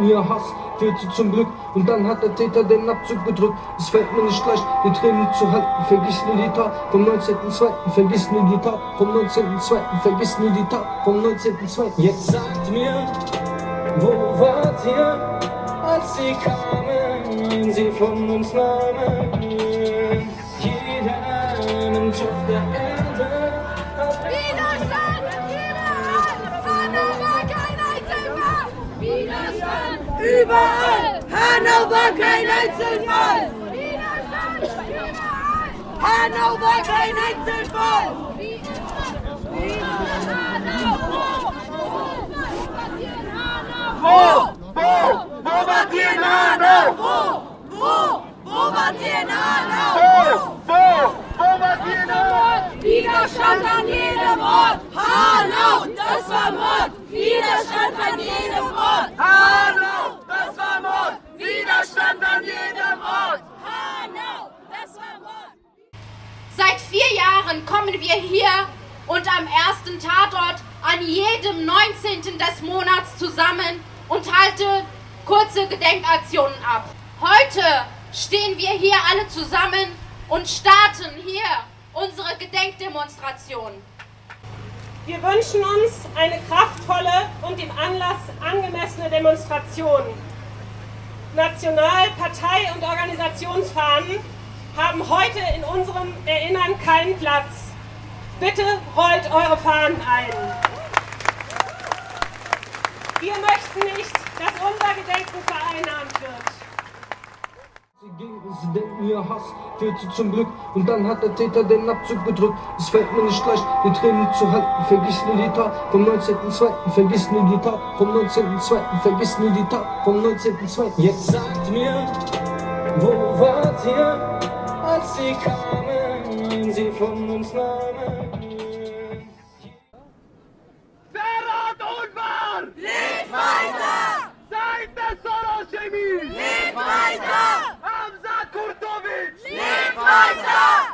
Mir Hass fehlte zum Glück und dann hat der Täter den Abzug gedrückt. Es fällt mir nicht leicht, die Tränen zu halten. Vergiss nie die Tat vom 19.2. Vergiss nie die Tat vom 19.2. Vergiss nie die Tat vom 19.2. Jetzt sagt mir, wo wart ihr, als sie kamen, sie von uns nahmen? Jeder Mensch auf der Erde hat Widerstand! Überall! Hannover kein Einzelfall! Widerstand! Überall! Hannover kein Einzelfall! Widerstand! Überall! Hannover kein Einzelfall! Wo? Wo? Wo war die in Hanau? Wo? Wo? Wo war die in Hanau? Wo? Widerstand an jedem Ort! Hanau, das war Mord! Widerstand an jedem Ort! Hanau, das war Mord! Widerstand an jedem Ort! Hanau, das war Mord! Seit vier Jahren kommen wir hier und am ersten Tatort an jedem 19. des Monats zusammen und halte kurze Gedenkaktionen ab. Heute stehen wir hier alle zusammen und starten hier unsere Gedenkdemonstration. Wir wünschen uns eine kraftvolle und dem Anlass angemessene Demonstration. National-, Partei- und Organisationsfahnen haben heute in unserem Erinnern keinen Platz. Bitte rollt eure Fahnen ein. Wir möchten nicht, dass unser Gedenken vereinnahmt wird. Sie ging, sie denkt mir Hass fehlte zum Glück und dann hat der Täter den Abzug gedrückt. Es fällt mir nicht leicht, die Tränen zu halten. Vergiss nie die Tat vom 19.2. Vergiss nie die Tat vom 19.2. Vergiss nie die Tat vom 19.2. Jetzt sagt mir, wo wart ihr, als sie kamen, sie von uns nahmen? Serhat Unvar! Nicht weiter! Said Sorosemi! Nicht weiter! Hamza Kurtovic! Nicht weiter!